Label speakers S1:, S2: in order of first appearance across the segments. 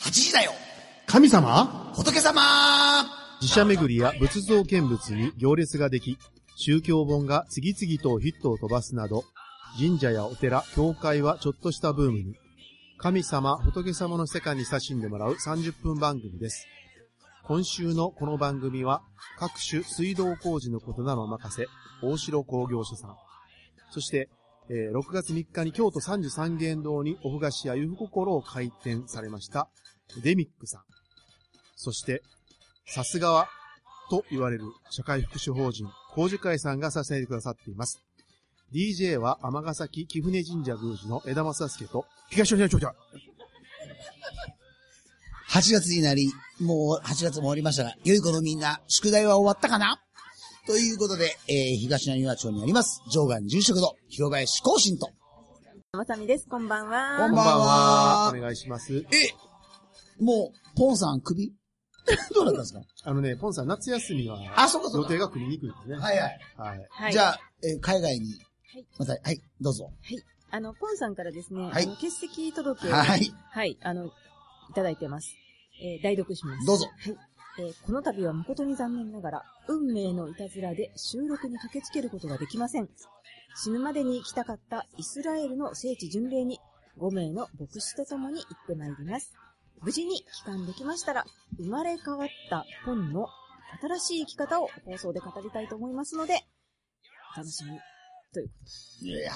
S1: 8時だよ
S2: 神様
S1: 仏様
S3: 寺社巡りや仏像見物に行列ができ、宗教本が次々とヒットを飛ばすなど、神社やお寺、教会はちょっとしたブームに、神様、仏様の世界に親しんでもらう30分番組です。今週のこの番組は、各種水道工事のことならお任せ、大城工業所さん。そして、えー6月3日に京都33元堂におふ菓子やゆふ心を開店されました、デミックさん。そして、さすがは、と言われる社会福祉法人、工事会さんが支えてくださっています。DJ は尼崎貴船神社宮司の枝正介と、
S2: 東吉野町長。
S1: !8 月になり、もう8月も終わりましたが、良い子のみんな、宿題は終わったかなということで、えー、東谷和町にあります、上岸住職堂、広林更新と。
S4: まさみです。こんばんは。
S1: こんばんは
S3: こんばんはお願いします。
S1: えもう、ポンさん首 どうだったんですか
S3: あのね、ポンさん、夏休みは、
S1: あ、そうかそ
S3: 予
S1: うか。
S3: 定が組みにくいですね。はい。
S1: はいはい。
S4: はい。
S1: じゃあ、えー海外に
S4: はい、
S1: また、はい、どうぞ。
S4: あの、ポンさんからですね、
S1: はい
S4: あの欠席届を、
S1: は
S4: はい、
S1: い、
S4: あの、いただいてます。えー、代読します。
S1: どうぞ。
S4: えーこの度は誠に残念ながら、運命のいたずらで収録に駆けつけることができません。死ぬまでに行きたかったイスラエルの聖地巡礼に、5名の牧師と共に行ってまいります。無事に帰還できましたら、生まれ変わったポンの新しい生き方を放送で語りたいと思いますので、お楽しみに。
S1: いやー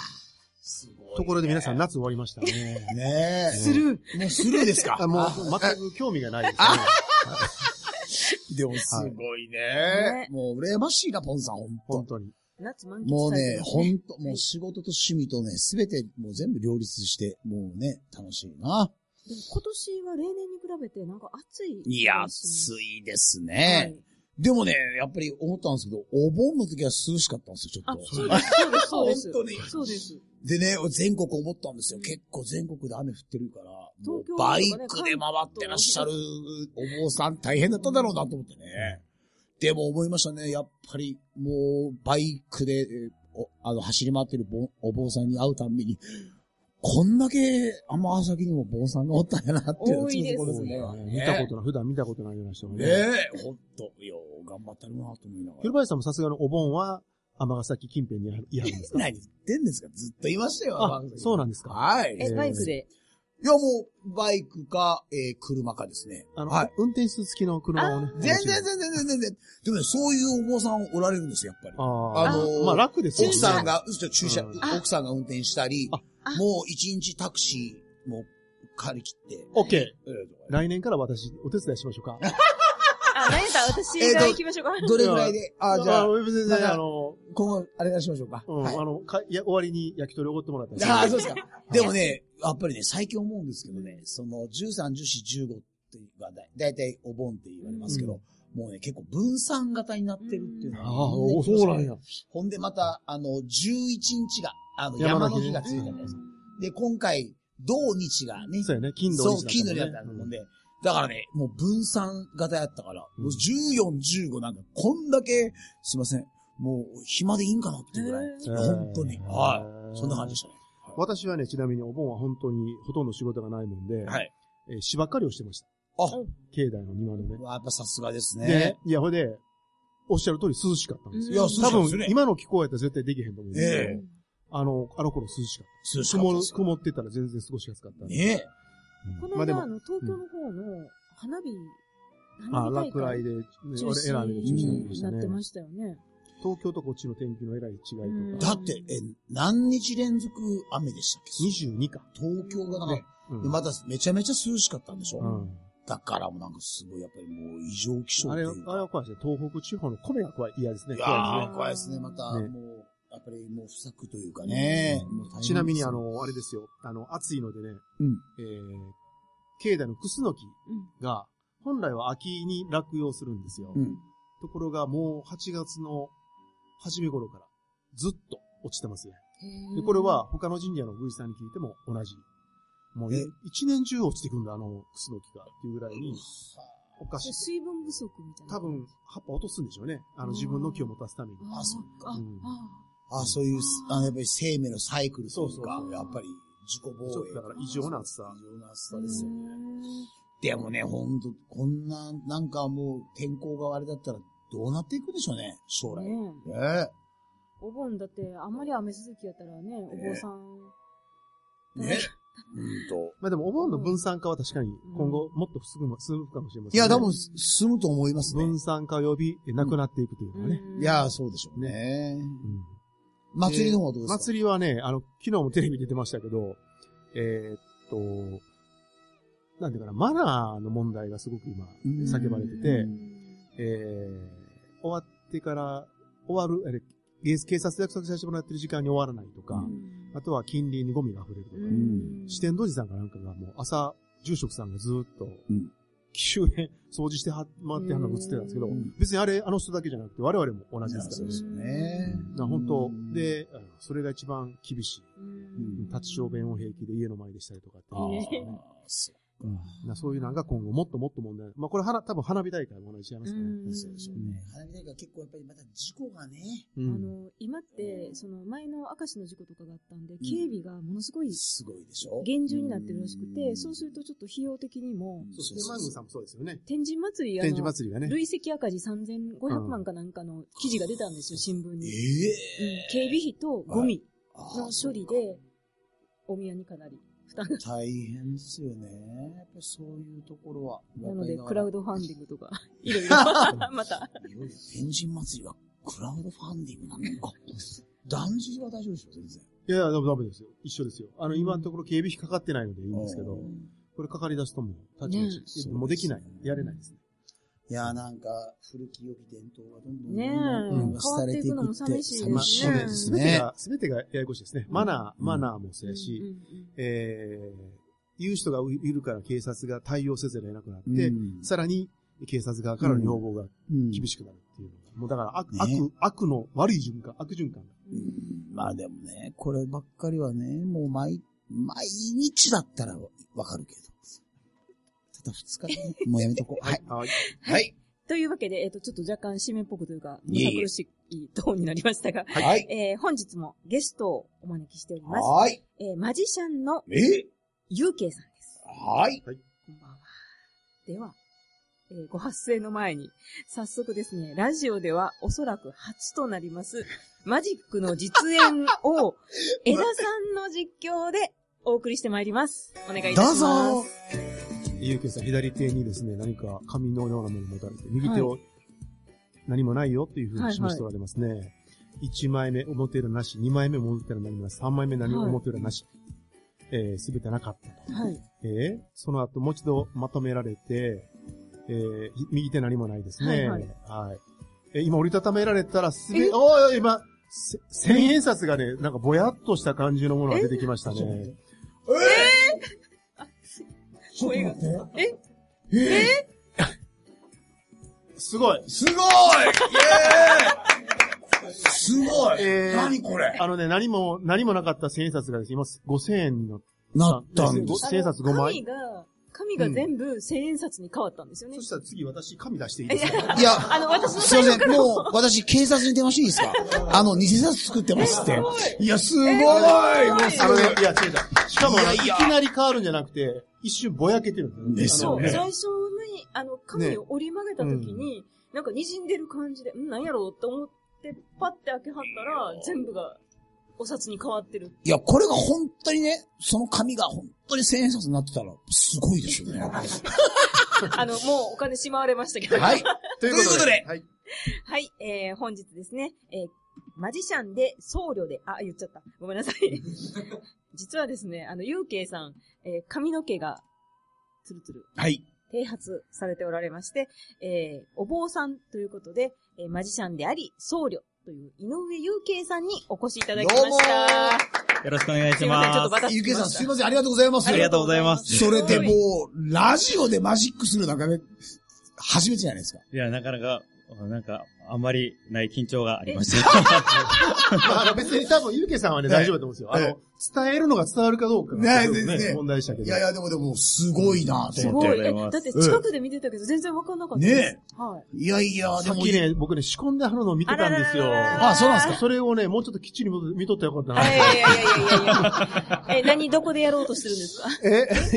S1: すごい、
S3: ところで皆さん、夏終わりましたね。
S1: ねえ。
S3: スル
S1: もうスルーですか
S3: あもう、全く興味がないですね。
S1: でもすごいね
S4: ね。
S1: もう羨ましいな、ポンさん、ほんと
S3: 本。当に。
S4: 夏満喫
S1: もう
S4: されて
S1: ね、
S4: ます
S1: ほんと、もう仕事と趣味とね、すべて、もう全部両立して、もうね、楽しいな。
S4: でも今年は例年に比べてなんか暑い。
S1: いや、暑いですね。でもね、やっぱり思ったんですけど、お盆の時は涼しかったんですよ、ちょ
S4: は
S1: っ
S4: い。あ、
S1: と。
S4: そうです、そうです、そ
S1: 本当に
S4: うです。そうです。
S1: でね、全国思ったんですよ。結構全国で雨降ってるから、もう
S4: 東京
S1: バイ
S4: とかね
S1: クで回ってらっしゃるお坊さん大変だっただろうなと思ってね。でも思いましたね。やっぱりもうバイクで、えーおあの、走り回ってるぼお坊さんに会うたんびに、こんだけ天崎にも坊さんがおったんやなっていうのがつくづく思うんです
S3: そうですね見
S1: ね。
S3: たことない、普段見たことないような人が
S1: ね
S3: ね。
S1: え、ほんと、よう頑張ってるなと思いながら。
S3: 広林さんもさすがのお盆は、尼崎近辺にいらっしゃるんですか
S1: 何言ってんですかずっと言いましたよ。
S3: あ、そうなんです
S1: す
S3: か。
S1: はい。
S4: え、バイクで。
S1: いや、もう、バイクか、えー、車かですね。
S3: あの、
S1: はい。
S3: 運転手付きの車をね。
S1: 全然、全然、全然、全然。でもね、そういうお坊さんおられるんですよ、やっぱり。
S3: あ
S1: あのー
S3: あ、まあ楽ですよ
S1: 奥さん。が、うちの駐車、
S3: うん
S1: 奥さんが運転したり
S3: あ、
S1: もう一日タクシーも借り切って。
S3: オッケ
S1: えー
S3: ー。来年から私、お手伝いしましょうか。
S4: あ、何や った私が行きましょうか。
S1: どれぐらいで、あ、じゃあ、
S3: 別に
S1: ま
S3: ね、
S1: だ
S3: あの、
S1: 今後、あれがしましょうか。
S3: うん、
S1: はい
S3: あの、かいや終わりに焼き鳥おごってもらったり
S1: ああ、そうですか。でもね、やっぱりね、最近思うんですけどね、その、13、14、15っていうのはだ、だいたいお盆って言われますけど、もうね、結構分散型になってるっていうのは。
S3: おそうなんや。。
S1: ほんでまた、あの、11日が、あの、山
S3: 山
S1: の
S3: の
S1: 日
S3: 日
S1: が
S3: ね
S1: ついたじゃないですか。で、今回、土日がね、
S3: そうやね、金土
S1: そう、金土になった
S3: ね
S1: もんで、だからね、もう分散型やったから、もう14、15なんか、こんだけ、すいません、もう暇でいいんかなっていうぐらい。
S3: うん
S1: 本当に。
S3: うん
S1: はい。そんな感じでしたね。
S3: 私はね、ちなみにお盆は本当にほとんど仕事がないもんで、
S1: はい。
S3: えー芝刈りをしてました。
S1: あ、
S3: 境内の庭のね。
S1: やっぱさすがです
S3: で
S1: ね。、
S3: いや、ほいで、おっしゃる通り涼しかったんですよ。
S1: いや、涼しか
S3: 多
S1: ったですよ
S3: 分
S1: ね、。
S3: 今の気候やったら絶対できへんと思うんですけ
S1: え
S3: ど
S1: え、
S3: あの、あの頃涼しかっ
S1: 涼
S3: た。
S1: しかった
S3: 曇
S1: で
S3: る
S1: すよ。
S3: 曇ってたら全然過ごしやすかったんで。
S1: ねえ。
S4: こ
S3: ま
S4: の
S3: あで
S4: 間、あ
S3: も、
S4: の、東京の方の花火、
S3: あ、
S4: 花
S3: 落
S4: 火大会
S3: 雷で、ね、
S4: 中
S3: 俺、エラーで中止になりまし
S4: 止
S3: た
S4: になってま
S3: ね。
S4: したよね。
S3: 東京とこっちの天気のえらい違いとか
S4: うん、
S1: だって、え、何日連続雨でしたっけ
S3: 22か。
S1: 東京がなんか
S3: ねうん
S1: で、まためちゃめちゃ涼しかったんでしょ、
S3: うん
S1: だからもうなんかすごい、やっぱりもう異常気象っ
S3: あ
S1: てい
S3: れ、あれ
S1: うか。
S3: は怖いですね。東北地方の米が怖い。嫌ですね。
S1: いや
S3: 怖い
S1: ー、
S3: で
S1: 怖いですね。また、
S3: ね
S1: もう、やっぱりもう不作というかね。もう大変です
S3: すね。ちなみに、あ、の、あれですよ。あの、暑いのでね、
S1: うん。
S3: えー、境内のクスノキが、本来は秋に落葉するんですよ。
S1: うん。
S3: ところがもう8月の初め頃からずっと落ちてますね。
S4: うん
S3: で、これ、は他の神社の宮司さんに聞いても同じ。もう
S1: え
S3: 一年中落ちてくんだ、あの、クスノキがっていうぐらいにおかしい。
S4: 水分不足みたいな。
S3: 多分、葉っぱ落とすんでしょうね。あの、自分の木を持たすために。
S4: ー。
S1: あそっか
S4: あ
S3: うん
S1: あ、そういう、あの、やっぱり生命のサイクルというか、
S3: そうそうそう
S1: やっぱり自己防衛。
S3: そうだから異常な暑さ
S1: 異常な暑さですよね。
S4: ね。
S1: でもね、ほんと、こんな、なんかもう天候があれだったらどうなっていくんでしょうね、将来。ね
S4: ねえ
S1: え
S4: お盆だって、あんまり雨続きやったらね、お坊さん。
S1: ね。うんと。
S3: まあでも、お盆の分散化は確かに、今後、もっと進む、進むかもしれませ
S1: い
S3: んね。
S1: や、多分、進むと思いますね。
S3: 分散化及び、なくなっていくというのはね。
S4: うん
S1: いや、そうでしょうね。
S3: うん
S1: 祭りの方はどうですか、
S3: 祭りはね、あの、昨日もテレビ出てましたけど、えーっと、なんていうかな、マナーの問題がすごく今、
S1: うん
S3: 叫ばれてて
S1: う、
S3: えー、終わってから、終わる、あれ、警警察で約束させてもらってる時間に終わらないとか、
S4: うん
S3: あとは近隣にゴミが溢れるとか、
S4: うんん
S3: 四天王寺さんかなんかがもう朝、住職さんがずーっと
S1: うん、
S3: 周辺、掃除しては、回ってはるのが映ってたんですけど
S1: うん、
S3: 別にあれ、あの人だけじゃなくて、我々も同じです
S1: そう
S3: か
S1: で
S3: らね。
S1: すよね。
S3: だから本当、で、あのそれが一番厳しい。
S4: うん
S3: 立ち小便を平気で家の前でしたりとかって
S1: ああ
S3: いう、
S1: そ
S3: なそういうのが今後もっともっと問題。まあこれはな多分花火大会も同じちゃいますね。
S1: うそうでしょう
S4: うん
S1: ね。花火大会は結構やっぱりまた事故がね。
S3: う
S4: あ
S3: ん。
S4: の、今って、その前の明石の事故とかがあったんで、警備がものすごい
S1: すごいでしょ
S4: 厳重になってるらしくて、そうす
S1: る
S4: るとちょっと費用的にも、
S3: そしてマングさんもそうですよね。
S4: 天神祭りあ
S3: 天
S4: の
S3: 神祭りがね。
S4: 累積赤字3500万かなんかの記事が出たんですよ、新聞
S1: え
S4: に。
S1: え
S4: うん警備費とゴミ
S1: あ
S4: の
S1: あ
S4: 処理で、お宮にかなり負担が。
S1: 大変ですよね。やっぱりそういうところは。
S4: なので、クラウドファンディングと か、いろいろ、また。
S1: ド。いよいよ天神祭りはクラウドファンディングなの か。断じは大丈夫でしょ、全然。
S3: いやいや、でもダメですよ。一緒ですよ。あの、今のところ警備費かかってないのでいい
S1: い
S3: んですけど、これかかり出すともう、立ち打ち。
S1: ね
S3: もうできない
S1: そうです。ね
S3: やれないですね。
S1: いやーなんか、古き良き伝統がどんどん
S4: ねえ
S1: どんどん廃れてい
S4: 変わっていくの
S1: く
S4: も
S1: って
S4: 寂しいですね
S1: 寂しいで
S3: そ
S1: す
S3: うね全て
S1: ね。
S3: が、全てがややこしいですね。マナー、
S1: うん
S3: マナーもそうや
S4: うんう
S3: し、
S4: んうん
S3: えー、言う人がいるから警察が対応せざるを得なくなって、
S1: うん
S3: さらに警察側からの要望が
S1: うん
S3: 厳しくなるっていうのが、もうだから悪、
S1: ね
S3: 悪、悪の悪い循環、悪循環。
S1: うんまあでもね、こればっかりはね、もう毎、毎日だったらわかるけど。ただ二日 で、もうやめとこう。はい。
S3: はい。
S1: はい。
S4: というわけで、えっ、と、ちょっと若干締めっぽくというか、む
S1: いえいえ
S4: さ苦しいトーンになりましたが、
S1: はい。
S4: えー本日もゲストをお招きしております。
S1: はい。
S4: えーマジシャンの
S1: え
S4: ゆうけいさんです。
S1: はい。
S4: こんばんは。では、えーご発声の前に、早速ですね、ラジオではおそらく初となります、マジックの実演 を、江田さんの実況でお送りしてまいります。お願いいたします。
S1: どうぞ
S3: ゆうけいさん、左手にですね、何か紙のようなものを持たれて、右手を何もないよというふうに示しておられますね。一枚目、表裏なし。二枚目、表裏なります。三枚目、何も
S4: はい
S3: 表裏なし。えすべてなかったと。
S4: はい。
S3: えーその後、もう一度まとめられて、えーひ右手何もないですね。
S4: は
S3: はいい、
S4: は
S3: えー今折りたためられたらすべ
S4: え、
S3: おー今、せ千円札がね、なんかぼやっとした感じのものが出てきましたね。
S4: 声が。え
S3: すごい
S1: すごいイエーイすごい
S3: えー
S1: 何これ
S3: あのね、何も、何もなかった千円札がですね、今、五千円になっ
S1: なったんです。
S3: 千円札5枚
S4: 紙が、紙が全部千円札に変わったんですよね。
S3: そしたら次私、紙出していいですか
S1: いや、
S4: あの、私の
S1: すい
S4: 最
S1: ま
S4: 初
S1: せ
S4: か
S1: ん、
S4: らも
S1: もう、私、警察に電話していいですかあの、偽札作ってますって。いや、すごい
S4: えー
S1: もう
S4: す
S1: す
S3: あの
S1: ご
S3: ね
S1: い、
S3: いや、違う違う。しかもあ
S1: い
S3: の、い
S1: やいや
S3: きなり変わるんじゃなくて、一瞬ぼやけてるん
S1: で
S3: ですす
S1: よ
S3: よ
S4: そ
S1: ね
S4: う、
S3: ね。あの
S4: 最初に、あの、紙を折り曲げた時に、なんか滲んでる感じで、ん、なんやろうって思って、パッて開けはったら、全部が、お札に変わってる。
S1: いや、これが本当にね、その紙が本当に千円札になってたら、すごいですよね。
S4: あの、もうお金しまわれましたけど。
S1: はい。
S3: ということで、はい。
S4: はい、えー、本日ですね、えー、マジシャンで僧侶で、あ、言っちゃった。ごめんなさい。 実はですね、あの、ゆうけいさん、えー、髪の毛が、つるつる、
S1: はい。
S4: 剃髪されておられまして、えー、お坊さんということで、えー、マジシャンであり、僧侶という井上祐慶さんにお越しいただきまし
S1: ど
S4: た。
S1: うもー
S5: よろしくお願い
S4: す
S5: し
S4: いません、ちょっと
S5: ます。
S4: バタつき
S1: ゆ
S4: ま
S1: きえ
S4: した
S1: さん、すいません、ありがとうございます。
S5: ありがとうございます
S1: それでもう、ラジオでマジックするなんかね、初めてじゃないですか。
S5: いや、なかなか、なんか、あんまりない緊張がありました。
S3: まあ、あの別に多分、ゆうけいさんはね、
S5: はい
S3: 大丈夫だと思うんですよ。あ
S5: は
S3: の
S5: い、
S3: 伝えるのが伝わるかどうかが、
S1: ねえねえねえ
S3: 問題でしたけど。
S1: いやいや、でもでも、すごいなと
S4: す
S1: 思っ
S4: ご
S1: て。
S4: い。え、だって近くで見てたけど全然わかんなかったです。
S1: ね
S4: はい。
S1: いやいや、で
S3: さっ
S1: も、
S3: きね、僕ね、仕込んであるのを見てたんですよ。
S1: あそうなんですか
S3: それをね、もうちょっときっちり見とったらよかった
S4: あい
S3: な。
S4: やいやいやいやいやえ、何、どこでやろうとしてるんです か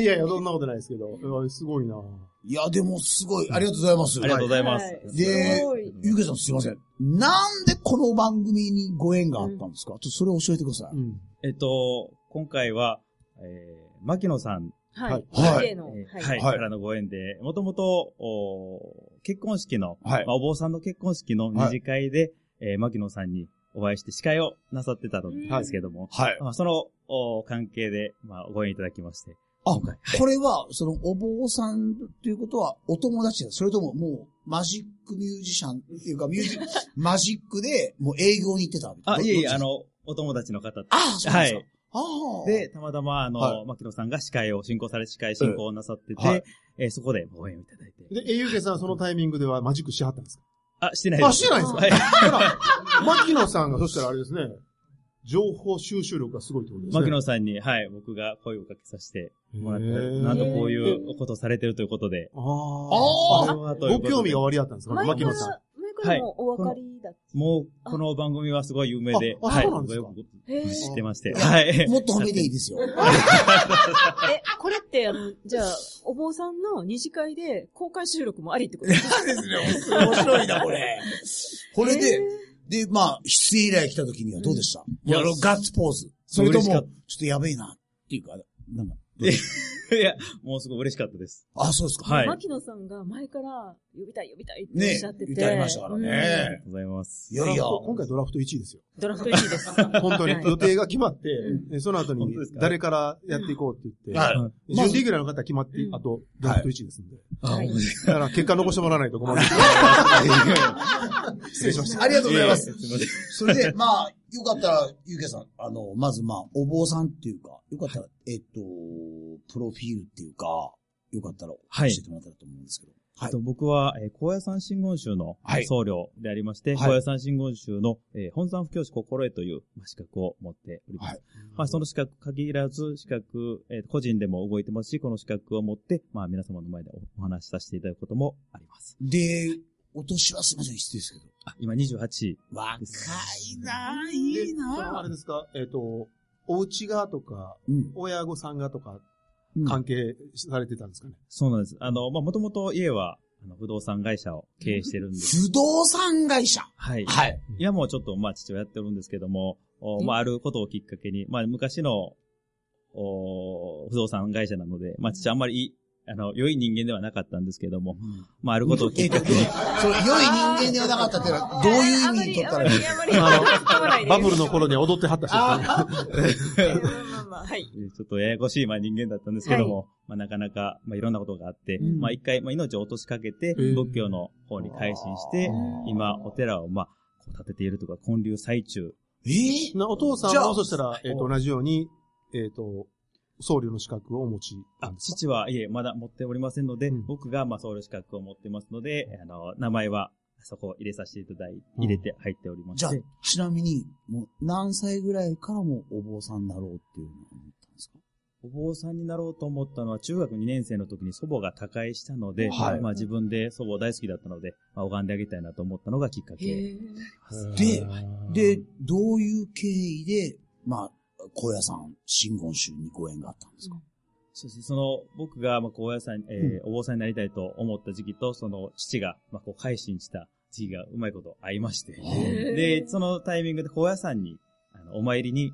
S3: え、いやいや、そんなことないですけど。うわすごいな。
S1: いや、でも、すごい。ありがとうございます。
S5: ありがとうございます。
S4: はい
S1: です
S4: ごい。
S1: ゆうけいさん、すいません。なんでこの番組にご縁があったんですか、ちょっとそれを教えてくださ
S3: う
S1: い。
S3: ん。
S5: えっと、今回は、えー、牧野さん、
S4: はい。
S1: はい
S4: 綺麗の。
S5: えー
S4: は。
S5: はいい、
S1: はい
S5: からのご縁で、もともと、お結婚式の、
S1: はい
S5: ま。あ、お坊さんの結婚式の二次会で、えー牧野さんにお会いして司会をなさってたんですけども、
S1: はい。
S5: まあ、そのお関係で、まあ、ご縁いただきまして、
S1: あ
S5: 今、回、
S1: これは、その、お坊さんということは、お友達だ。それとも、もう、マジックミュージシャンっていうか、ミュー ジック、マジックで、もう営業に行ってた。
S5: あ、
S1: ど
S5: いえいえ、
S1: どっち
S5: あの、お友達の方と
S1: あそうなんですか。
S5: はい
S1: ああ。
S5: で、、たまたま、あの、
S1: は
S5: 牧野さんが司会を進行され、司会進行をなさってて、
S1: ええはい
S5: えーそこでご縁をいただいて。
S3: で、え、ゆうけさんはそのタイミングではマジックしはったんですか
S5: あ、してないです。
S3: あしてないんですか
S5: はい。
S3: あら、牧野さんが、そしたらあれですね、情報収集力がすごいってことですね。
S5: 牧野さんに、はい、僕が声をかけさせてもらって、
S3: へー
S5: なんとこういうことをされてるということで。
S3: あ
S1: あー
S3: あ。ご興味が終わりだったんですか
S4: 前
S3: 牧
S4: か
S3: 野さん。
S4: ら、前からもうお分かりだっ
S5: もう、この番組はすごい有名で、
S3: ああ
S5: はい、
S3: そうなんですか
S5: 僕がよ
S4: た。へ
S5: く
S4: ー
S5: 知ってまして、はい。
S1: もっと褒めていいです よ。
S4: え、これって、あの、じゃあ、お坊さんの二次会で公開収録もありってことですか
S1: ですね。面白いな、これ。これ
S4: え
S1: で、で、まあ、出演依頼来た時にはどうでした、
S5: ん
S1: いや、あの、ガッツポーズ。それとも、
S5: 嬉
S1: ち
S5: し
S1: ょ
S5: か
S1: っ
S5: っ
S1: とやべえな、っていうか、なんか。
S5: いや、もうすごい嬉しかったです。
S1: あ、そうですか。
S5: は
S4: ー
S5: い
S4: 牧野さんが前から呼びたい呼びたいっておっ
S1: ね
S4: しゃってて。
S1: 歌いましたから
S5: ありが
S1: ね
S5: と。うございます。
S1: いやいや。
S3: 今回ドラフト1位ですよ。
S4: うん。ドラフト1位 です。
S3: 本当に
S4: はい
S3: 予定が決まって
S4: う、
S3: えその後に
S5: 本当ですか
S3: 誰からやっていこうって言っ
S1: は
S3: て、
S1: い。
S3: で準レギュラーの方決まって
S4: う、ん
S3: あとドラフト1位ですんで。
S5: あ
S4: はい
S5: 本当です
S3: だから結果残してもらわないと 困る。失礼しました。
S1: ありがとうございます。
S5: ええすいません
S1: それで、 まあ、よかったら、ゆうけさん、あの、まずまあ、お坊さんっていうか、よかったら、えっと、プロフィールっていうか、よかったら、教
S5: はい
S1: えてもらったらと思うんですけど。は
S5: えっと僕は、えー高野山真言宗の
S1: はい
S5: 僧侶でありまして、
S1: はい
S5: 高野山真言宗の、えー本山布教師心得という、まあ、資格を持っております。
S1: はい
S5: まあ、その資格限らず、資格、えー個人でも動いてますし、この資格を持って、まあ、皆様の前でおお話しさせていただくこともあります。
S1: い。で、お年はすいません、失礼ですけど。
S5: あ今28。
S1: 若いなぁ、
S3: で
S1: いい
S3: そのあ
S1: な
S3: れですか、えっと、お家がとか、
S1: ぁ。
S3: 親御さんがとか、
S1: うん
S3: 関係されてたんですかね。
S5: そうなんです。あの、まあ、もともと家は、あの、不動産会社を経営してるんです。
S1: 不動産会社。
S5: はい。
S1: はい。
S5: 今もちょっと、まあ、父親やってるんですけども、おまあ、あることをきっかけに、まあ、昔の、お不動産会社なので、まあ、父はあんまりいい、あの、良い人間ではなかったんですけども、まあ、あることをき
S1: え
S5: っ
S1: っと、
S5: か
S1: え
S5: けに、
S1: そう、良い人間ではなかったっていうのは、どういう意味にとったらいい
S4: あまり、あまり、あまり、あまり、
S3: バブルの頃には踊ってはった人ですね。
S4: まあまあまあ、はい。
S5: ちょっとややこしい、まあ、人間だったんですけども、まあ、なかなか、まあ、いろんなことがあって、
S1: うん
S5: まあ、一回、まあ、命を落としかけて、
S3: うん
S5: 仏教の方に改心 して、今、お寺を、まあ、こう建てているとか、建立最中。
S1: えー
S3: なお父さん
S1: じゃあ
S3: もそしたら、えっと、同じように、えっと、僧侶の資格をお持ちな
S5: あ
S3: ん、ですか。
S5: 父は、いえ、まだ持っておりませんので、
S3: うん
S5: 僕が、まあ、僧侶資格を持ってますので、あの、名前は、そこを入れさせていただい、
S3: うん
S5: 入れて入っておりまして。
S1: じゃあ、ちなみに、もう、何歳ぐらいからもうお坊さんになろうっていうのを思ったんですか
S5: お坊さんになろうと思ったのは、中学2年生の時に祖母が他界したので、
S1: はい
S5: まあ、自分で祖母大好きだったので、まあ、拝んであげたいなと思ったのがきっか
S4: へ
S5: け。
S4: ー
S1: で
S3: うん、
S1: で、どういう経緯で、まあ、高野山真言宗にご縁があったんですか
S5: そして、その、僕が、まあ、高野山、えーお坊さんになりたいと思った時期と、その、父が、まあ、こう、改心した時期がうまいこと合いまして、
S1: へ
S5: で、そのタイミングで高野山に、あのお参りに、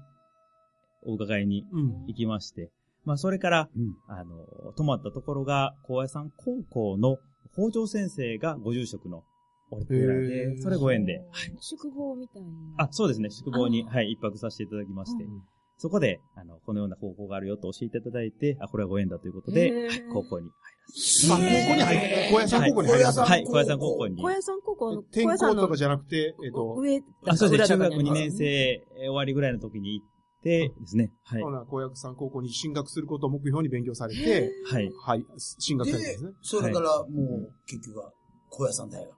S5: お伺いに
S3: うん。
S5: 行きまして、まあ、それから、
S1: うん
S5: あの、泊まったところが、高野山高校の校長先生がご住職のお寺
S3: へ
S5: で、
S3: ー
S5: それご縁で、。
S4: 宿坊みたいな。
S5: あ、そうですね、宿坊に、
S4: あ
S5: はい、一泊させていただきまして、
S4: う
S5: そこで、あの、このような方法があるよと教えていただいて、あ、これはご縁だということ
S4: へ
S5: で、
S4: ー
S5: はい高校に
S3: あ、ここに入って、高野山高校に
S1: はい高
S3: 入りま
S1: 野
S3: す
S1: 山
S5: はい、高野山高校に。
S4: 小屋さん高校の、
S3: 転
S4: 小屋さ
S3: 校
S4: ん
S3: と
S4: の
S3: かじゃなくて、えっと、
S4: 上、
S5: あ、そうですね、中
S4: 裏
S5: 学
S4: 高に
S5: 2
S4: ありま
S5: 年
S4: す
S5: 生終わりぐらいの時に行ってですね、はい
S3: ほ。な、公約山高校に進学することを目標に勉強されて、
S5: はい。
S3: はい、進学されたんで
S1: です
S3: ね。、
S1: それからもう、結局は、高野山大学行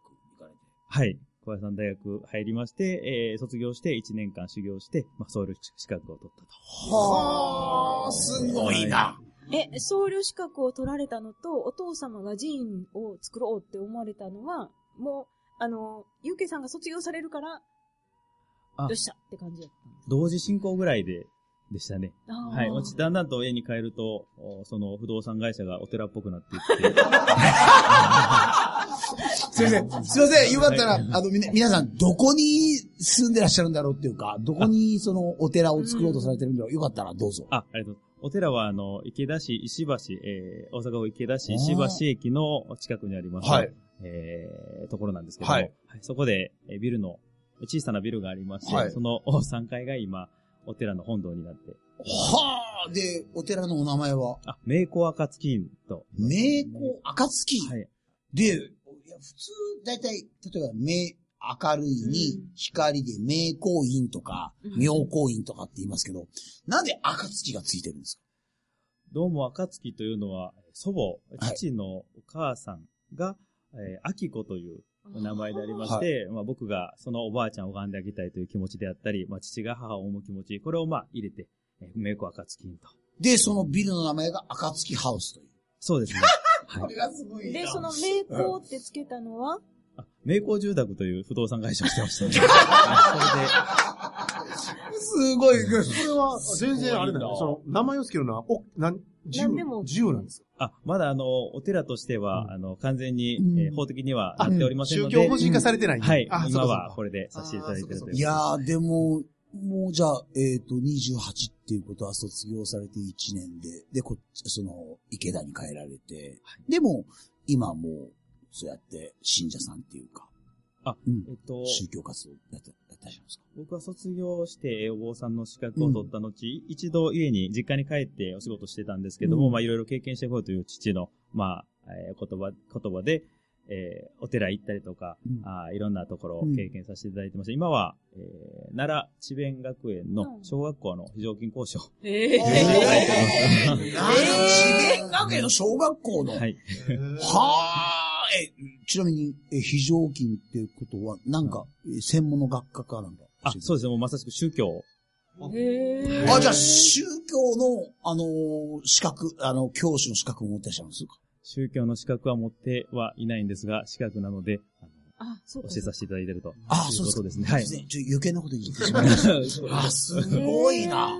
S1: かれて、
S5: はい。小林さん大学入りまして、えー卒業して1年間修行して、まあ、僧侶資格を取ったと。
S1: はあ、すごいな。
S4: え、僧侶資格を取られたのと、お父様が寺院を作ろうって思われたのは、もう、あの、ゆうけいさんが卒業されるから、
S5: あ
S4: よっしゃって感じだったんです
S5: 同時進行ぐらいで、でしたね。
S4: あー。
S5: はい。まあちだんだんと家に帰ると、おその不動産会社がお寺っぽくなっていって、
S1: すいません。すいません。よかったら、あの、みな、皆さん、どこに住んでらっしゃるんだろうっていうか、どこにそのお寺を作ろうとされてるんだろう。よかったらどうぞ。
S5: あ、ありがとうございます。お寺は、あの、池田市、石橋、えー、大阪府池田市、石橋駅の近くにあります、
S1: はい
S5: えー、ところなんですけども、
S1: は
S5: はいいそこで、えービルの、小さなビルがありまして、
S1: はい
S5: そのお3階が今、お寺の本堂になって、
S1: はあ、で、お寺のお名前は、
S5: あ、名工暁院と、
S1: 名工暁。
S5: はい。
S1: で、いや普通、だいたい、例えば、名、明るいに
S4: うん、
S1: 光で名光院とか、
S4: うん
S1: 妙光院とかって言いますけど、なんで暁がついてるんですか
S5: どうも暁というのは、祖母、
S1: はい
S5: 父のお母さんが、えー、秋子というお名前でありまし
S1: は
S5: て、まあ、僕がそのおばあちゃんを拝んであげたいという気持ちであったり、まあ、父が母を思う気持ち、これをまあ入れて、えー、名古暁にと。
S1: で、そのビルの名前が暁ハウスという。
S5: そうですね。
S1: これがすごい
S4: で、その名工ってつけたのは、
S5: あ名工住宅という不動産会社をしてましたね。あ
S1: すごい、
S3: それは、全然あれだ
S5: すごい
S3: ね。
S5: な
S3: その、名前をつけるのは、お、なん、自由
S4: なんでも、
S3: 自由なんですか
S5: それで、あ、まだあの、お寺としては、
S3: うん
S5: あの、完全に、え
S1: う
S5: ー
S1: ん
S5: 法的にはなっておりません
S3: 宗
S5: ので、
S3: 教法人化されてないんだ
S5: はい
S3: あ、、
S5: 今
S3: そうか
S5: は
S3: そうか
S5: これでさせていただいているという。
S1: いやー、でも、もうじゃあ、えっ、と、28っていうことは卒業されて1年で、で、こっち、その、池田に帰られて、でも、今もう、そうやって信者さんっていうか、
S5: あ
S1: うん
S5: えっと、
S1: 宗教活動やってやってらっしゃるんですか
S5: 僕は卒業して、えーお坊さんの資格を取った後、一度家に、実家に帰ってお仕事してたんですけども、
S1: うん
S5: まあいろいろ経験してこいという父の、まあ、えー言葉、言葉で、えーお寺行ったりとか、
S1: うん
S5: あーいろんなところを経験させていただいてました。今は、えー奈良智弁学園の小学校の非常勤講師を、
S4: え
S1: え
S4: え
S1: ー、智弁学園の小学校の。は
S5: はい。
S1: あ、え、ちなみに、え非常勤っていうことは、なんか、え専門の学科かなんか。
S5: あ、そうですね。もうまさしく宗教を
S4: へー
S1: あ、じゃあ、宗教の、あのー資格、あの、教師の資格を持ってらっしゃるんですか
S5: 宗教の資格は持ってはいないんですが、資格なので、あの
S4: あ、そう
S5: 教
S4: か
S5: え。させていただいていると。
S1: ああ、
S5: い
S1: そうですか
S5: ことですね。はい。
S1: ちょっと余計なこと言ってしまいました。 あ、すごいな。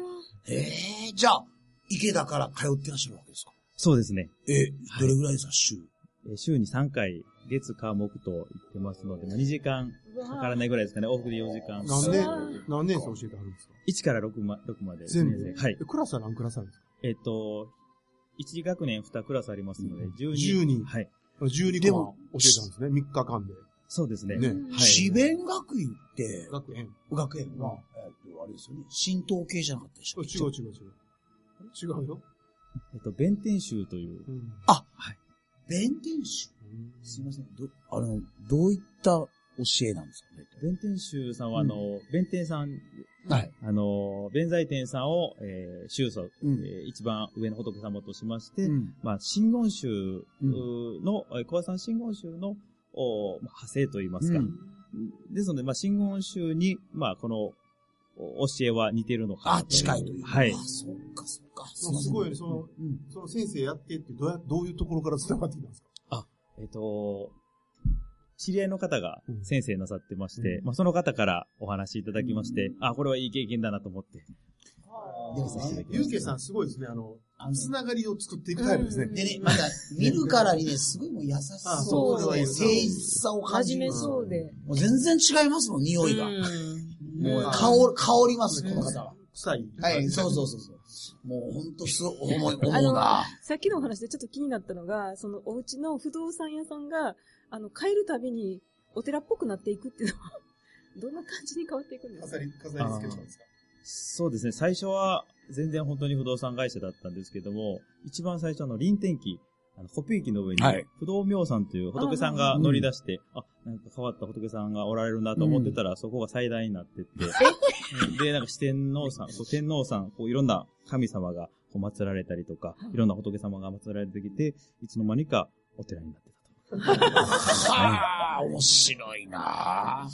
S1: ええじゃあ、池田から通ってらっしゃるわけですか
S5: そうですね。
S1: え、どれぐらいですか、週。
S5: えー週に3回、月、火、木と行ってますので、2時間かからないぐらいですかね。往復で4時間。
S3: 何
S4: で
S3: 年
S4: そう、
S3: 何年生教えてあるんですか
S5: ?1 から6ま ,6 までです
S3: 全
S5: ね。
S3: 部で。
S5: はい
S3: え。クラスは何クラスあるんですか
S5: えっ、と、1学年2クラスありますので、12
S3: 10人
S5: はい。
S3: ?12
S1: で
S3: 個
S1: も
S3: は教えてあるんですね。3日間で。
S5: そうですね。
S3: ね
S5: はい
S1: 智弁学院って、
S3: 学園。
S1: 学園は、えっと、あれですよね、神道系じゃなかったでし
S3: 違
S1: ょ
S3: う違う違う。違うよ。
S5: えっ、と、弁天宗という
S3: う、ん。
S1: 弁天宗すいません、ど、あの、どういった教えなんですかね
S5: 弁天宗さんは、あの、弁天さん、
S1: はい。
S5: あの、弁財天さんを、えー、宗祖、
S1: うん
S5: えー一番上の仏様としまして、
S1: うん。
S5: まあ、真言宗の、えー小林さん真言宗の、おまあ派生といいますか。
S1: うん
S5: ですので、まあ、真言宗に、まあ、この、お教えは似てるのかな
S1: あ、近いという。
S5: はい
S1: あ、。そっか、そっか。
S3: なんかすごいね、その、
S1: うん。
S3: その先生やってって、どうや、どういうところから繋がってきたんですか
S5: えっ、と、知り合いの方が
S3: うん
S5: 先生なさってまして、
S3: うん
S5: まあ、その方からお話いただきまして、あ、これはいい経験だなと思って。
S1: でもさ
S3: ゆうけいさんすごいですね、あの、
S1: あの
S3: つながりを作っていくタイプですね。
S1: でね、まだ見るからにね、すごいもう優し
S3: あ
S1: そ
S4: そうう
S1: で、誠実さを感じ
S4: 真面
S1: る
S4: 目。そうで。
S1: もう全然違いますもん、匂いが。もう
S3: うん
S1: 香る、香ります、この方は。
S3: 臭い。
S1: はい、そうそうそうそう。もうほんとす、思い、
S4: あ
S1: 思う
S4: の
S1: な。、
S4: さっきのお話でちょっと気になったのが、そのお家の不動産屋さんが、あの、帰るたびにお寺っぽくなっていくっていうのは、どんな感じに変わっていくんです
S3: 飾
S4: か
S3: り、飾り付けとかですか
S5: そうですね、最初は全然本当に不動産会社だったんですけども、一番最初あの臨転機、あのコピー機の上に
S1: はい、
S5: 不動明さんという仏さんが乗り出して、あ、なんか変わった仏さんがおられるなと思ってたら、そこが最大になってって、うんで、なんか四天王さん、こう天皇さん、こういろんな神様がこう祀られたりとか、いろんな仏様が祀られてきて、いつの間にかお寺になってたと。
S1: はあ、面白いなあ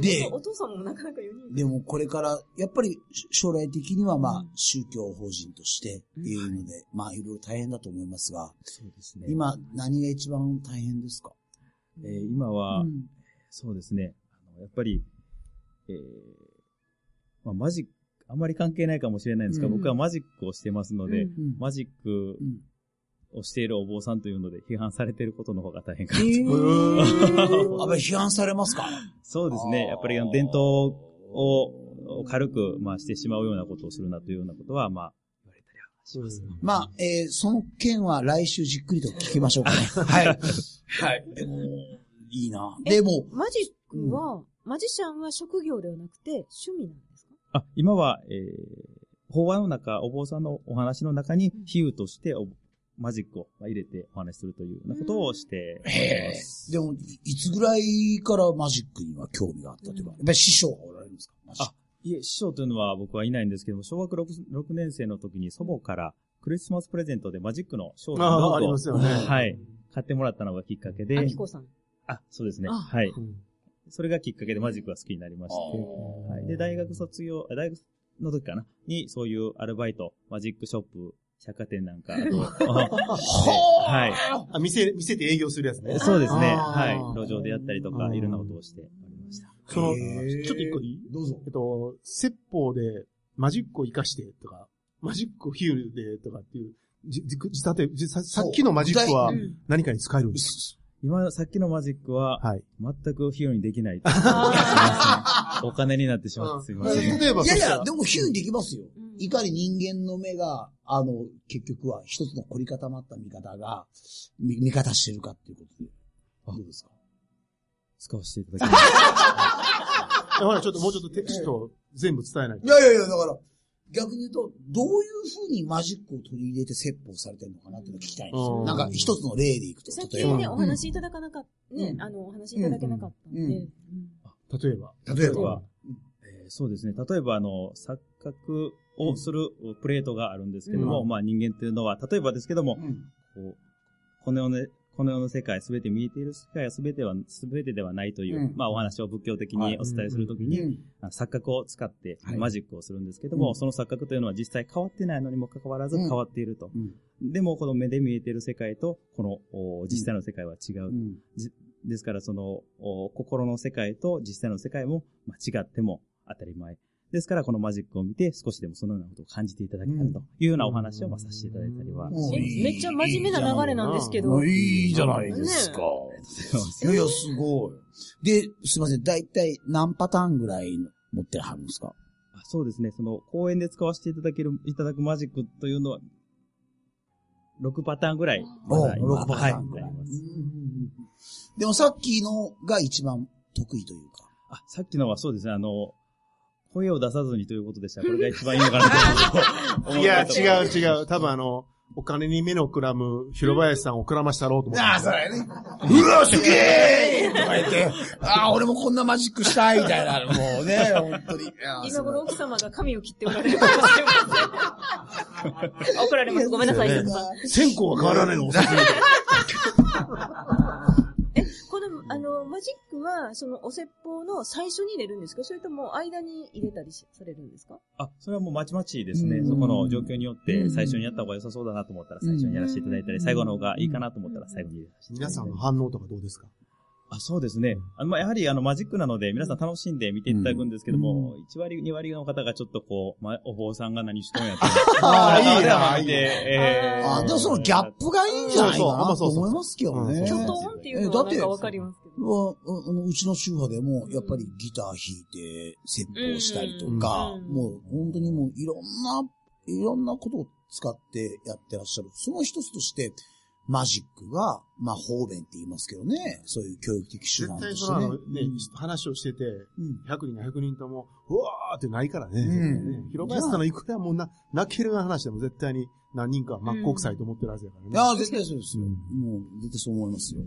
S1: で、
S4: お父さんもなかなか4人。
S1: でもこれから、やっぱり将来的にはま
S4: う
S1: あ
S4: ん
S1: 宗教法人としてっていうので、まあいろいろ大変だと思いますが、
S5: そうですね。
S1: 今何が一番大変ですか
S5: えー今は、
S1: うん
S5: そうですね。あのやっぱり、えーまあ、マジック、あんまり関係ないかもしれないんですが、
S1: うん
S5: 僕はマジックをしてますので、
S4: うん
S1: うん
S5: マジック
S1: うん
S5: をしているお坊さんというので批判されていることの方が大変か
S4: え
S5: なと。
S4: ー
S1: あ、批判されますか
S5: そうですね。やっぱりあの伝統を軽く、まあ、してしまうようなことをするなというようなことは、まあ、言われたりはします。
S1: まあ、えーその件は来週じっくりと聞きましょうかね。 はい。はい。でも、いいな。
S4: え
S1: でも、
S4: マジックは、マジシャンは職業ではなくて趣味なんですか
S5: あ、今は、えー、法話の中、お坊さんのお話の中に、比喩としておマジックをまあ入れてお話しするというようなことをしておりま
S1: へ
S5: す。
S1: え。でも、いつぐらいからマジックには興味があったというか、やっぱり師匠がおられるんですかマジック
S5: いえ、師匠というのは僕はいないんですけども、小学 6, 六年生の時に祖母からクリスマスプレゼントでマジックの商品
S3: ああ、あり
S5: を
S3: ますよね。
S5: はい。買ってもらったのがきっかけで
S4: あ、きこさん。
S5: あ、そうですね。
S4: あ
S5: はい。
S3: うん
S5: それがきっかけでマジックが好きになりまして、
S1: あ
S5: はい、で、大学卒業、あ大学の時かな、にそういうアルバイト、マジックショップ、百貨店なんか、あ と
S1: はあ
S5: はい。
S3: あ、店、店で営業するやつね。
S5: そうですね。
S3: あ
S5: はい
S3: ー。
S5: 路上でやったりと
S3: あ
S5: か、
S3: ー
S5: いろんなことをしておりました。
S3: その、
S1: へー
S3: ちょっと一個いい
S1: どうぞ。
S3: えっと、説法でマジックを生かしてとか、マジックをヒールでとかっていう、じ、じ、じ、たて、じ、ささっきのマジックは
S1: そう
S4: うん
S3: 何かに使えるんです
S5: 今、さっきのマジックは
S3: か、はい。
S5: 全く費用にで きない。お金になってしまってすみません。
S3: 例えば、
S1: いやい
S3: そした
S1: や、
S3: ら
S1: でも比喩にできますよ。
S4: うん
S1: いかに人間の目が、あの、結局は一つの凝り固まった見方が、み見方してるかっていうことで。どうですか
S5: 使わせていただき ます。
S3: ほら、ちょっともうちょっとテキストを全部伝えない
S1: いやいやいや、だから、逆に言うと、どういう風にマジックを取り入れて説法されてるのかなっていうのを聞きたいんです
S3: う
S1: よ。
S3: ん
S1: なんか一つの例でいくと
S4: さっ、
S1: 例
S4: き
S1: えば。
S4: ね、お話いただかなかった、ね
S1: う、ん
S4: あの、お話いただけなかったんで。
S1: うんうん
S3: と。例えば。
S1: 例え
S5: 例えば
S1: ば、
S5: えーそうですね。例えば、あの、錯覚をするプレートがあるんですけども、
S3: うん
S5: まあ人間というのは、例えばですけども、
S1: うん
S5: こうこの世の、この世の世界、すべて見えている世界はすべては、すべてではないという、
S1: うん
S5: まあお話を仏教的
S1: はい
S5: にお伝えするときに、
S1: うん
S5: あ錯覚を使って
S1: はい
S5: マジックをするんですけども、
S1: うん
S5: その錯覚というのは実際変わってないのにもかかわらず
S1: うん
S5: 変わっていると。
S1: うん
S5: でも、この目で見えている世界と、このお実際の世界は違
S1: う
S5: う。
S1: ん
S5: ですから、そのお心の世界と実際の世界も、まあ、違っても当たり前。ですから、このマジックを見て少しでもそのようなことを感じていただけたらというようなお話を、まあ、させていただいたりは
S1: うん
S4: え
S1: いい
S4: めっちゃ真面目な流れなんですけど。
S1: うんいいじゃないですか。いやいや、すごい。で、すいません。だいたい何パターンぐらい持ってはるんですか
S5: あそうですね。その、公演で使わせていただける、いただくマジックというのは、6パターンぐらい。
S1: お
S5: だ今
S1: 6パターンぐ
S5: はい
S1: らい
S5: ありま
S1: う
S5: す
S1: んうんうんでもさっきのが一番得意というか。
S5: あ、さっきのはそうですね。あの、声を出さずにということでした。これが一番いいのかなと思
S3: いや、
S5: ったと
S3: 違う違う。多分あの、お金に目のくらむ、広林さんをくらましたろうと思って。
S1: ああ、それね。うわ、すげえとか言って、ああ、俺もこんなマジックしたいみたいな、もうね、本当に。
S4: 今頃奥様が髪を切っておら れるかもしれません怒られます。ごめんなさい。
S3: そうね線香は変わらないの。
S4: え、この、あの、マジックは、その、お説法の最初に入れるんですかそれとも、間に入れたりしされるんですか
S5: あ、それはもうまちまちですね
S1: う。ん
S5: そこの状況によっ
S1: う
S5: て、
S1: ん
S5: 最初にやった方が良さそうだなと思ったら最初にやらせていただいた
S4: うん
S5: り、最後の方がいいかなと思ったら最後にやらせていた
S3: 皆
S5: だいた
S3: さん
S5: り
S3: の。反応とかどうですか
S5: あ、そうですね。あの、まあ、やはりあの、マジックなので、皆さん楽しんで見ていただくんですけども、1割、2割の方がちょっとこう、ま、お坊さんが何しとんやって。
S1: あ
S3: ーいいな
S5: では見て
S3: いいな
S5: えー
S1: ああ、でもそのギャップがいいんじゃないかなと思いますけどね。
S3: えー
S4: キ
S3: そう
S4: ョ
S3: そう
S4: ト
S3: そう
S4: ーンっていうのはなんかわかりますけど。
S1: は、うあのうちの宗派でも、やっぱりギター弾いて、説法したりとか、
S4: うん
S1: もう本当にもういろんな、いろんなことを使ってやってらっしゃる。その一つとして、マジックが、まあ方便って言いますけどね、そういう教育的手
S3: 絶
S1: 段と
S3: 対
S1: し
S3: そ
S1: て
S3: のあ
S1: ね。
S3: の、ね、話をしてて、
S1: うんうん
S3: 100人が100人とも、うわーってないからね。
S1: うん
S3: 広林さんのいくらもうな、泣けるような話でも絶対に何人か真っ向臭いと思ってるはずやからね。
S1: いや、絶対そうですよ。
S3: うん
S1: もう、絶対そう思いますよ。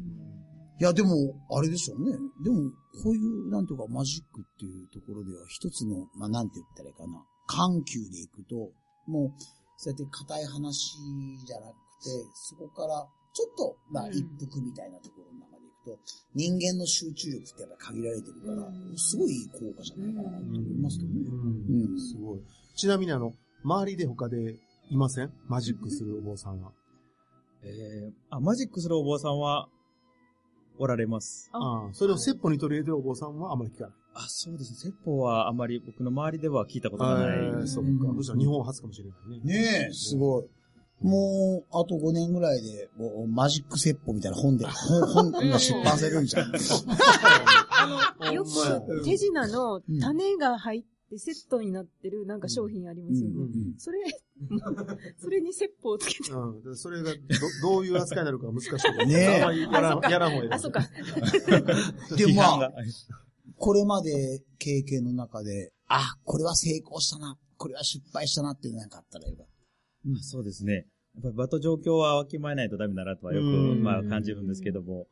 S1: いや、でも、あれでしょうね。でも、こういう、なんていうか、マジックっていうところでは、一つの、まあ、なんて言ったらいいかな。緩急でいくと、もう、そうやって硬い話じゃなくて、そこから、ちょっと、まあ、
S4: うん
S1: 一服みたいなところと、人間の集中力ってやっぱ限られてるから、
S4: うん
S1: すごいいい効果じゃないかなと思いますけどね。
S3: うん
S1: うん
S3: すごい。ちなみにあの、周りで他でいませんマジックするお坊さんは。
S5: えーあ、マジックするお坊さんは、おられます。
S3: ああそれを説法に取り入れてるお坊さんはあまり聞かない。
S5: あ、そうですね。説法はあまり僕の周りでは聞いたことがない。
S3: えーそっか
S1: うん。
S3: そしたら日本初かもしれないね。
S1: ねえ、すごい。もう、あと5年ぐらいで、もう、マジック説法みたいな本 で、本、本が出版されるんじゃん。
S4: あの、よく手品の種が入ってセットになってるなんか商品ありますよ
S1: うん
S4: ね。それ、 それに説法をつけて。
S3: うん。だからそれがど、どういう扱いになるかは難しいけど。
S1: ねえ
S3: あんまりやらん、やらんほうがいい。
S4: あ、そうか。。
S1: でも
S5: 批
S1: ま
S5: 判が
S1: あ、これまで経験の中で、あ、これは成功したな、これは失敗したなっていうのなんかあったらよかっ
S5: まあそうですね。やっぱり場と状況はわきまえないとダメだなとはよく、
S3: うん
S5: まあ感じるんですけども、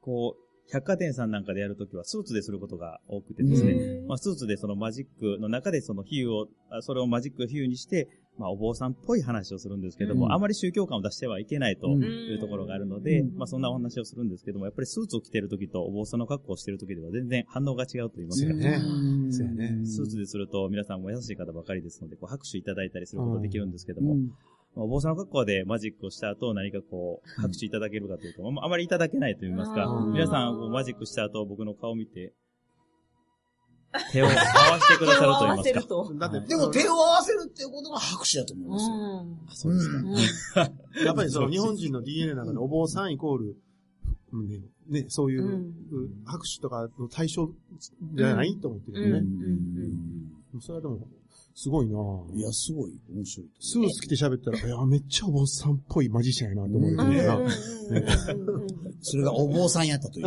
S5: こう、百貨店さんなんかでやるときはスーツですることが多くてですね、
S4: うん
S5: まあスーツでそのマジックの中でその比喩を、あそれをマジック比喩にして、まあお坊さんっぽい話をするんですけども、
S1: うん
S5: あまり宗教感を出してはいけないと
S1: うん
S5: いうところがあるので、
S1: うん
S5: まあそんなお話をするんですけども、やっぱりスーツを着てるときとお坊さんの格好をしてるときでは全然反応が違うと言いま
S1: た。
S5: すか、
S3: ね
S1: うん
S3: そうやね
S5: スーツですると皆さんも優しい方ばかりですので、こう拍手いただいたりすることできるんですけども、
S1: うん
S5: まあお坊さんの格好でマジックをした後、何かこう、拍手いただけるかというと、まああまりいただけないと言いますか
S4: あ
S3: ー、
S5: 皆さんこうマジックした後、僕の顔を見て、手を合わせてくださると言いますか。
S4: と。
S3: だって、
S1: でも手を合わせるっていうことが拍手だと思いますよ。
S5: あそうですか。
S1: うん
S3: やっぱりその日本人の DNA の中でお坊さんイコール、うんね、ねそういう、
S1: ん
S3: 拍手とかの対象じゃない、と思ってるよね。それはでも、すごいなぁ
S1: いや、すごい面白い。
S3: スーツ着て喋ったら、いや、めっちゃお坊さんっぽいマジシャンやなと 思うよね。
S1: それがお坊さんやったと いう。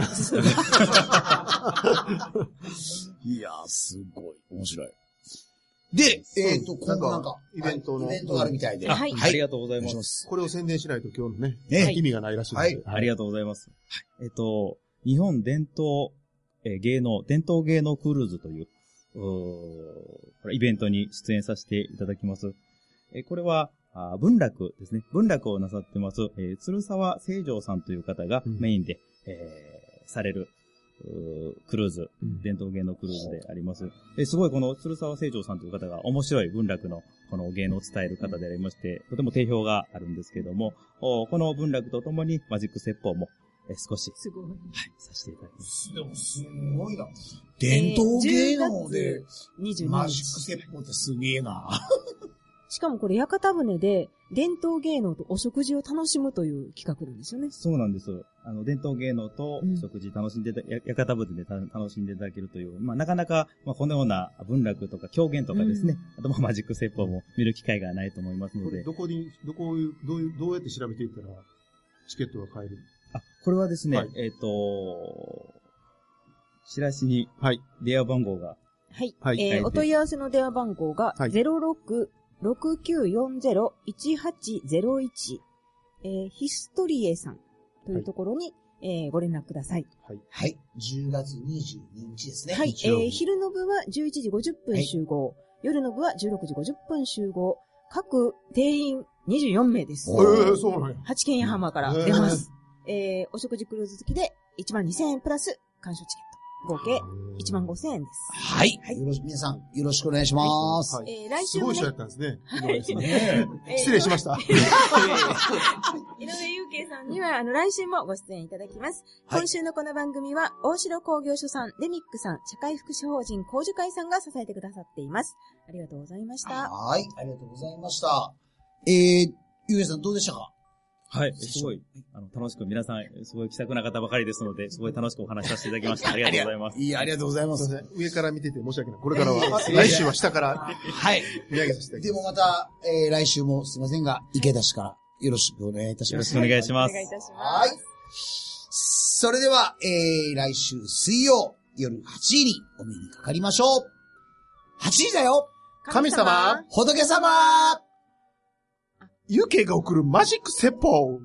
S1: いやー、すごい。面白い。で、えっ、と、今後なんか、
S3: イベントの
S1: イベントがあるみたいで。
S4: はい
S5: ありが
S1: と
S5: とうございます。
S1: す。
S3: これを宣伝しないと今日のね、
S1: ね
S3: 意味がないらしいので。
S5: ありがとうございます。えっと、日本伝統、えー芸能、伝統芸能クルーズという、うーこれイベントに出演させていただきます。えーこれは、あー文楽ですね。文楽をなさってます、えー鶴沢清城さんという方が
S3: うん
S5: メインで、えーされる、うークルーズ、
S3: うん
S5: 伝統芸能クルーズであります。ですごいこの鶴沢清張さんという方が面白い文楽のこの芸能を伝える方でありまして、とても定評があるんですけども、おこの文楽とともにマジック説法もえ少し、
S4: すごい。
S5: はい、させていただきます。
S1: でも、すごいな。伝統芸能で、
S4: 22
S1: マジッ
S4: 日
S1: ク。説法ってすげえな。
S4: しかもこれ、屋形船で、伝統芸能とお食事を楽しむという企画なんですよね。
S5: そうなんです。あの、伝統芸能と
S4: うん
S5: 食事楽しんでいた、や屋形船でた楽しんでいただけるという、まあ、なかなか、まあ、このような文楽とか狂言とかですね、あとまあマジック説法も見る機会がないと思いますの
S3: こ
S5: で
S3: れ、どこに、どこいう、どういう、どうやって調べていったら、チケットが買える
S5: あ、これはですね、
S3: はい
S5: えっ、と、チラシに
S3: はい。
S5: 電話番号が、
S4: はい。
S3: はい
S4: えーお問い合わせの電話番号が、
S3: はい
S4: 06-6940-1801、えーヒストリエさんというところに、えーご連絡ください。
S1: はい。10月22日ですね。
S4: はい。え
S1: 日曜日
S4: ー昼の部は11時50分集合、夜の部は16時50分集合、各定員24名です。
S1: お
S3: ええ
S1: ー
S3: そうなんや。
S4: 八軒屋浜から出ます。えーお食事クルーズ付きで1万2000円プラス鑑賞チケット。合計1万5000円です。
S1: はい。よろし皆さん、よろしくお願いします。
S3: はい
S4: えー来
S3: す
S4: 週も
S3: ごい
S4: ね
S3: 人や、ったんですね。
S4: はい
S1: ね
S4: えー
S3: 失礼しました。
S4: 井上祐慶さんには、あの、来週もご出演いただきます。
S1: はい
S4: 今週のこの番組は、大城工業所さん、デミックさん、社会福祉法人工樹会さんが支えてくださっています。ありがとうございました。
S1: はい。ありがとうございました。えー、ゆうえさんどうでしたか
S5: はい、すごい、あの、楽しく、皆さん、すごい気さくな方ばかりですので、すごい楽しくお話しさせていただきました。ありがとうございます。
S1: いや、ありがとうございます
S3: い
S1: す。
S3: ません上から見てて申し訳ない。これからは、
S1: いやいや
S3: 来週は下から
S1: はい。
S3: 見上げさせていた
S1: で
S3: だき
S1: もまた、えー、来週もすいませんが、池田氏からよろしくお願いいたし
S5: よ
S1: ま
S5: ろ
S1: す。
S5: しくお願いしま
S4: お
S5: す。
S4: 願いいたしま
S1: はい
S4: す。。
S1: それでは、えー、来週水曜夜8時にお目にかかりましょう。8時だよ
S3: 神様
S1: 仏様
S3: ます。ゆけが送るマジック説法